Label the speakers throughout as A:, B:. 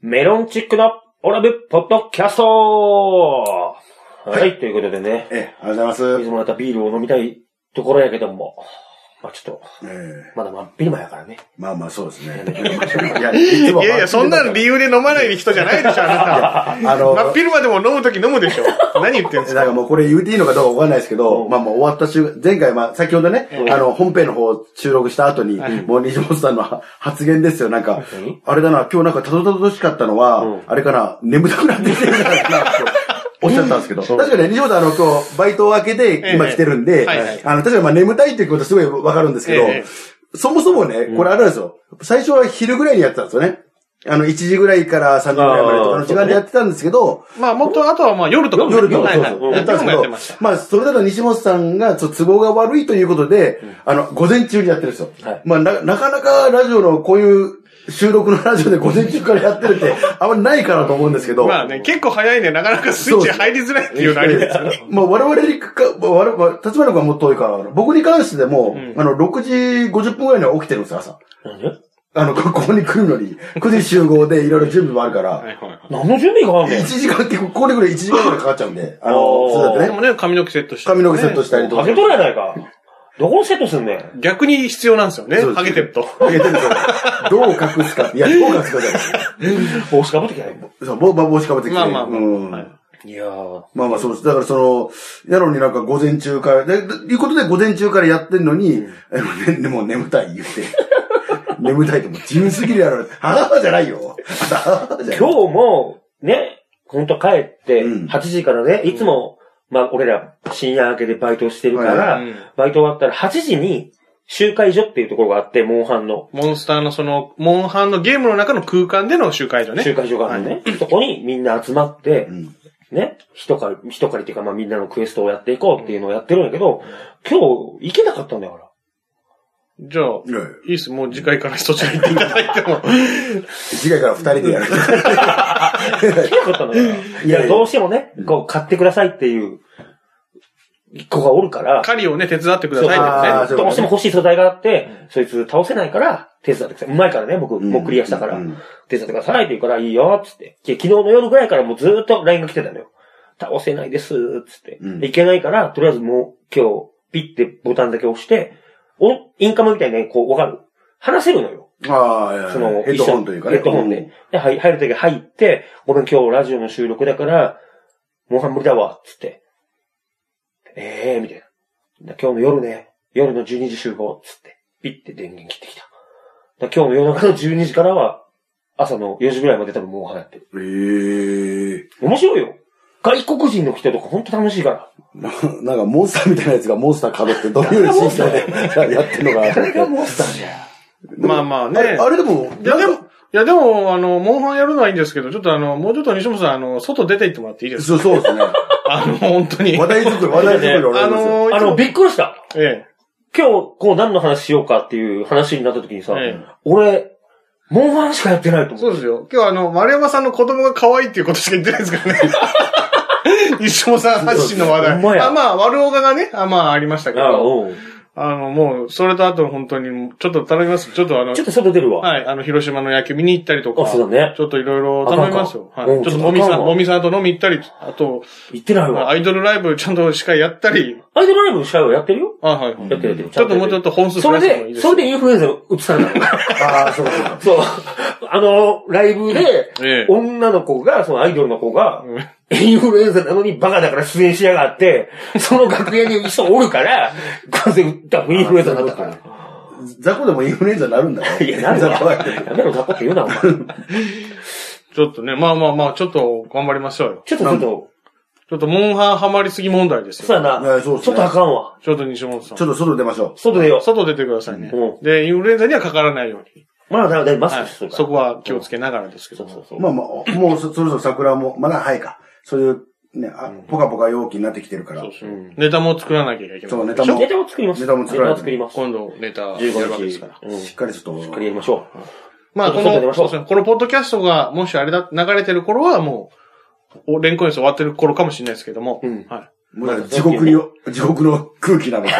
A: メロンチックのオラブポッドキャストはい、ということでね、
B: ええ、ありがとう
A: い
B: ござ
A: つ
B: い
A: もまたビールを飲みたいところやけども、まあちょっと、
B: ます。ええ、
A: まだ真っ昼間やからね。
B: まあまあそう ですね。いや、いつも
C: いやいや、そんなの理由で飲まない人じゃないでしょ、あな
B: あの、
C: た。真っ昼間でも飲むとき飲むでしょ。何言ってんす
B: だから
C: か
B: もうこれ言うていいのかどうかわかんないですけど、まあもう終わった週、前回まあ先ほどね、あの、本編の方収録した後に、もう西本さんの発言ですよ、なんか
A: 何、
B: あれだな、今日なんかたどたどしかったの
A: うん
B: は、あれかな、眠たくなってきてるんじゃないかなって。おっしゃったんですけど、確かに西本さんあの、今日、バイトを開けて、今来てるん
C: え
B: で、
C: えはいはい
B: あの、確かにまあ眠たいっていうことはすごいわかるんですけど、
C: ええ
B: そもそもね、これあれなんですよ、最初は昼ぐらいにやってたんですよね。あの、1時ぐらいから3時ぐらいまでとかの時間でやってたんですけど、
C: まあ、もっと、あとはまあ夜とかもね
B: 夜とか
C: はいはい
B: そうそうやったんです
C: 夜も
B: け
C: やっ
B: ど
C: てました。
B: まあ、それだと西本さんが、ちょっと都合が悪いということで、あの、午前中にやってるんですよ。
A: はい
B: まあな、なかなかラジオのこういう、収録のラジオで午前中からやって るって、あんまりないかなと思うんですけど。
C: まあね、結構早いね、なかなかスイッチ入りづらいっていうのありますよ。
B: まあ、我々にか、我々、立花君はもっと遠いから、僕に関してでも、あの、6時50分ぐらいには起きてるんですよ、朝。
A: 何で
B: あの、ここに来るのに、9時集合でいろいろ準備もあるから、
C: はいはいはい
A: 何の準備があんね
B: 1
A: ん
B: 時間結構、これぐらい1時間ぐらいかかっちゃうんで、あの
A: お、ー
B: そうだって
C: で
B: ね、
C: もね、髪の毛セットして。
B: 髪の毛セットしたりとか
A: ハ。ゲとるやないか。どこにセットすんねん。
C: 逆に必要なんですよね、
B: そうです
C: ハゲてると。
B: 上げてると、どう隠すかって、いや、どう隠すかじゃない。
A: 帽子かぶってきゃいい。
B: そう、ぼ帽子かぶってきて。
C: まあまあまあ
B: うん
C: はい
A: いやー。
B: まあまあ、そうです。だからその、やのになんか午前中から、で、でいうことで午前中からやってんのに、あのね、でもう眠たい言って。 眠たいってもう自分すぎるやろ。はははじゃないよ。はははじゃない。
A: 今日も、ね、ほんと帰って、
B: うん
A: 8時からね、いつも、まあ、俺ら深夜明けでバイトしてるか
C: は
A: ら
C: いはいうん、
A: バイト終わったら8時に、集会所っていうところがあって、モンハンの
C: モンスターのその、モンハンのゲームの中の空間での集会所ね。
A: 集会所があるのね。そこにみんな集まって
B: う、ん。
A: ね、一狩り、一狩りっていうか、まあみんなのクエストをやっていこうっていうのをやってるんだけど、今日行けなかったんだから。
C: じゃあ、
B: いやいや
C: いいっす、もう次回からそちら行っていただいて も。
B: 次回から二人でやる。
A: 行けなかったんだから。いや、どうしてもね、こう買ってくださいっていう子がおるから、
C: 狩りをね、手伝ってくだ
A: そう
C: さいとかね。
B: そう
A: どうしても欲しい素材があって、そいつ倒せないから、手伝ってください。うまいからね、僕、もうクリアしたから
B: うんうん、
A: 手伝ってくださいって言うから、いいよ、つって。で昨日の夜ぐらいからもうずーっと LINE が来てたのよ。倒せないです、つって。
B: うん
A: でいけないから、とりあえずもう今日、ピッてボタンだけ押して、おインカムみたいなね、こう、わかる話せるのよ。
B: ああ、いやいや
A: その、
B: ヘッドホンというかね。
A: ヘッドホン
B: う
A: で
B: ん。。
A: で、はい入るとき入って、ごめん、今日ラジオの収録だから、モンハン無理だわ、つって。ええー、みたいな。だ今日の夜ね、夜の12時集合、つって。ピッて電源切ってきた。だ今日の夜中の12時からは、朝の4時ぐらいまで多分モンハンやってる。
B: ええ
A: 面白いよ。外国人の人とかほんと楽しいから。
B: ななんかモンスターみたいなやつがモンスターかぶってどういう心境でやってんのかなと思って。
A: モンスターじゃん。
C: まあまあね。
B: あれあれでも、
C: いやで
B: な
C: も、
B: ん
C: い
B: か
C: やでも、あの、モンハンやるのはいいんですけど、ちょっとあの、もうちょっと西本さん、あの、外出て行ってもらってい いですか
B: そうそうですね。
C: あの、本当 に。
B: 話題作り、話題作りお願い
C: あ
B: しますよ。
C: の、
A: あの、
C: いつも
A: びっくりした。
C: え
A: 今日、こう何の話しようかっていう話になった時にさ、
C: ええ
A: 俺、モンハンしかやってないと思。
C: え、そううですよ。今日あの、丸山さんの子供が可愛いっていうことしか言ってないですか らね。西本さん発信の話
A: ほんま
C: 題。
A: や
C: あまあ、悪オガがね、あまあ、ありましたけ
A: ああ、
C: ど、
A: うん。
C: あの、もう、それとあと本当に、ちょっと頼みます。ちょっとあの
A: ちょ、っと外出るわ。
C: はい、あの、広島の野球見に行ったりとか、
A: あそうだね
C: ちょっといろいろ頼みますよ。
A: あか
C: は
A: ん
C: い
A: かんうん。ち
C: ちょっ
A: ょっ
C: と
A: とあかんわ
C: もみさん、もみさんと飲み行ったり、あと、
A: 行ってないわ。
C: アイドルライブちゃんと司会やったり、
A: アイドルライブの試合はやってるよ。
C: あ、はいはい。
A: やってるやってる。
C: ちょっともうちょっと本数
A: そ
C: 増
A: れ
C: やしてもいい
A: で、
C: です
A: そ
C: か
A: れでインフルエンザ移さないの。
B: ああ、そうそうそう。
A: そう。あの、ライブで
C: ええ、
A: 女の子が、そのアイドルの子が
C: うん、
A: インフルエンザなのにバカだから出演しやがって、その楽屋に人おるから、風邪打ったインフルエンザになったから。
B: 雑魚でもインフルエンザになるんだよ。
A: いや、なる
B: 雑魚
A: わ。
B: は
A: やめろ、雑魚って言うな、お前。
C: ちょっとね、まあまあまあ、ちょっと頑張りましょうよ。
A: ちょっと、ちょっと、
C: ちょっとモンハンハマりすぎ問題です
A: そ
C: よ。
A: うやな。
B: ね
A: ち
B: そう
A: ょ
B: っ
A: っ
B: すね
A: とあかんわ。
C: ちょっと西本さん
B: ちょ。っと外出ましょ。
A: 外出よ
C: 外出てくださいね
A: う。
C: で、インフルエンザにはかからないように。
A: う。まあ、だいマス
C: は
A: クする
C: い。
A: から。
C: そこは気をつけながらですけ
A: そ
C: ど
A: う
C: も。
A: そうそうう。
B: まあまあ、もうそそろそろ桜も、まだ早いか。そういう、ね、あポカポカ陽気になってきてるから
C: そう。そう。ネタも作らなきゃいけない。
B: そうネタも
A: ネタを作ります。
B: ネタも作られてる
A: ます。
C: 今度ネタやるわ
A: 15
C: けです
A: 日
C: か。ら。
A: うん
B: しっかりちょっと。
A: しっかりやりましょう。
C: まあ、
A: ちょ
C: こ
A: っと外出
C: の、
A: ましょ
C: そううですね。このポッドキャストが、もしあれだ、流れてる頃はもう、おレンコンエス終わってる頃かもしれないですけども。
A: うん
C: は
B: もうだから地獄に、地獄の空気なのか、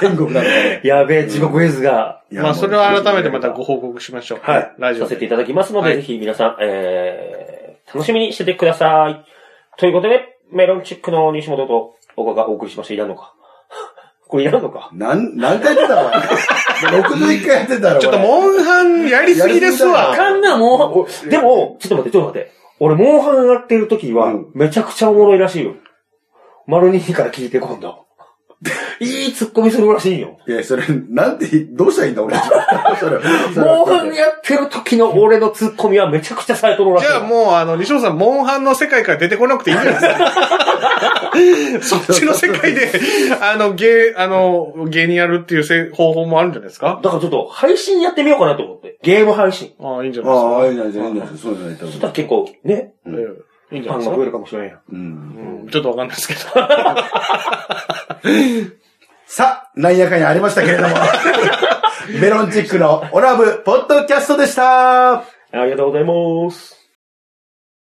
B: 天国なのかね。
A: やべえ、地獄絵図が、
B: いや
C: まあ、それは改めてまた
B: もう
C: ご報告しましょう。
A: はい、
C: ラジオ
A: させて
C: で。
A: いただきますので、
C: はい
A: ぜひ皆さん、えー、楽しみにしててください。ということで、メロンチックの西本と岡がお送りしました。いらんのか これいらんのか
B: 何、何回やってたの ?61 回やってたら。
C: ちょっと
B: 俺
C: モンハンやりすぎです
A: あ
C: わ。
A: かんな、モンハンお。でも、ちょっと待って、ちょっと待って。俺、モンハンやってる時は
B: うん、
A: めちゃくちゃおもろいらしいよ。丸2から聞いて今 度。いいツッコミするらしいよ。
B: いや、それ、なんて、どうしたらいいんだ、俺。それ、それ
A: モンハンやってる時の俺のツッコミはめちゃくちゃ最高のらしい
C: じ
A: よ。
C: ゃあもう、あの、西本さん、モンハンの世界から出てこなくていいんじゃない ですかそっちの世界で、あの、芸、あの、芸人やるっていうせ方法もあるんじゃないですか
A: だからちょっと配信やってみようかなと思って。ゲーム配信。
C: ああ、いいんじゃないですか
B: ああ、いいんじゃない、いいんじゃない、そうじゃない、
A: そ
B: 多
A: した
B: 分。
A: ら結構、ね、
B: ん
C: ええいいん
A: フ
C: じゃ
A: ァン
C: ないで
A: が
C: す
A: 増え
C: か
A: るかもしれんやん。
B: うん。
C: うんちょっとわかんないですけど。
B: さあ、なんやかんやありましたけれども。メロンチックのオラブ、ポッドキャストでした
A: ありがとうございます。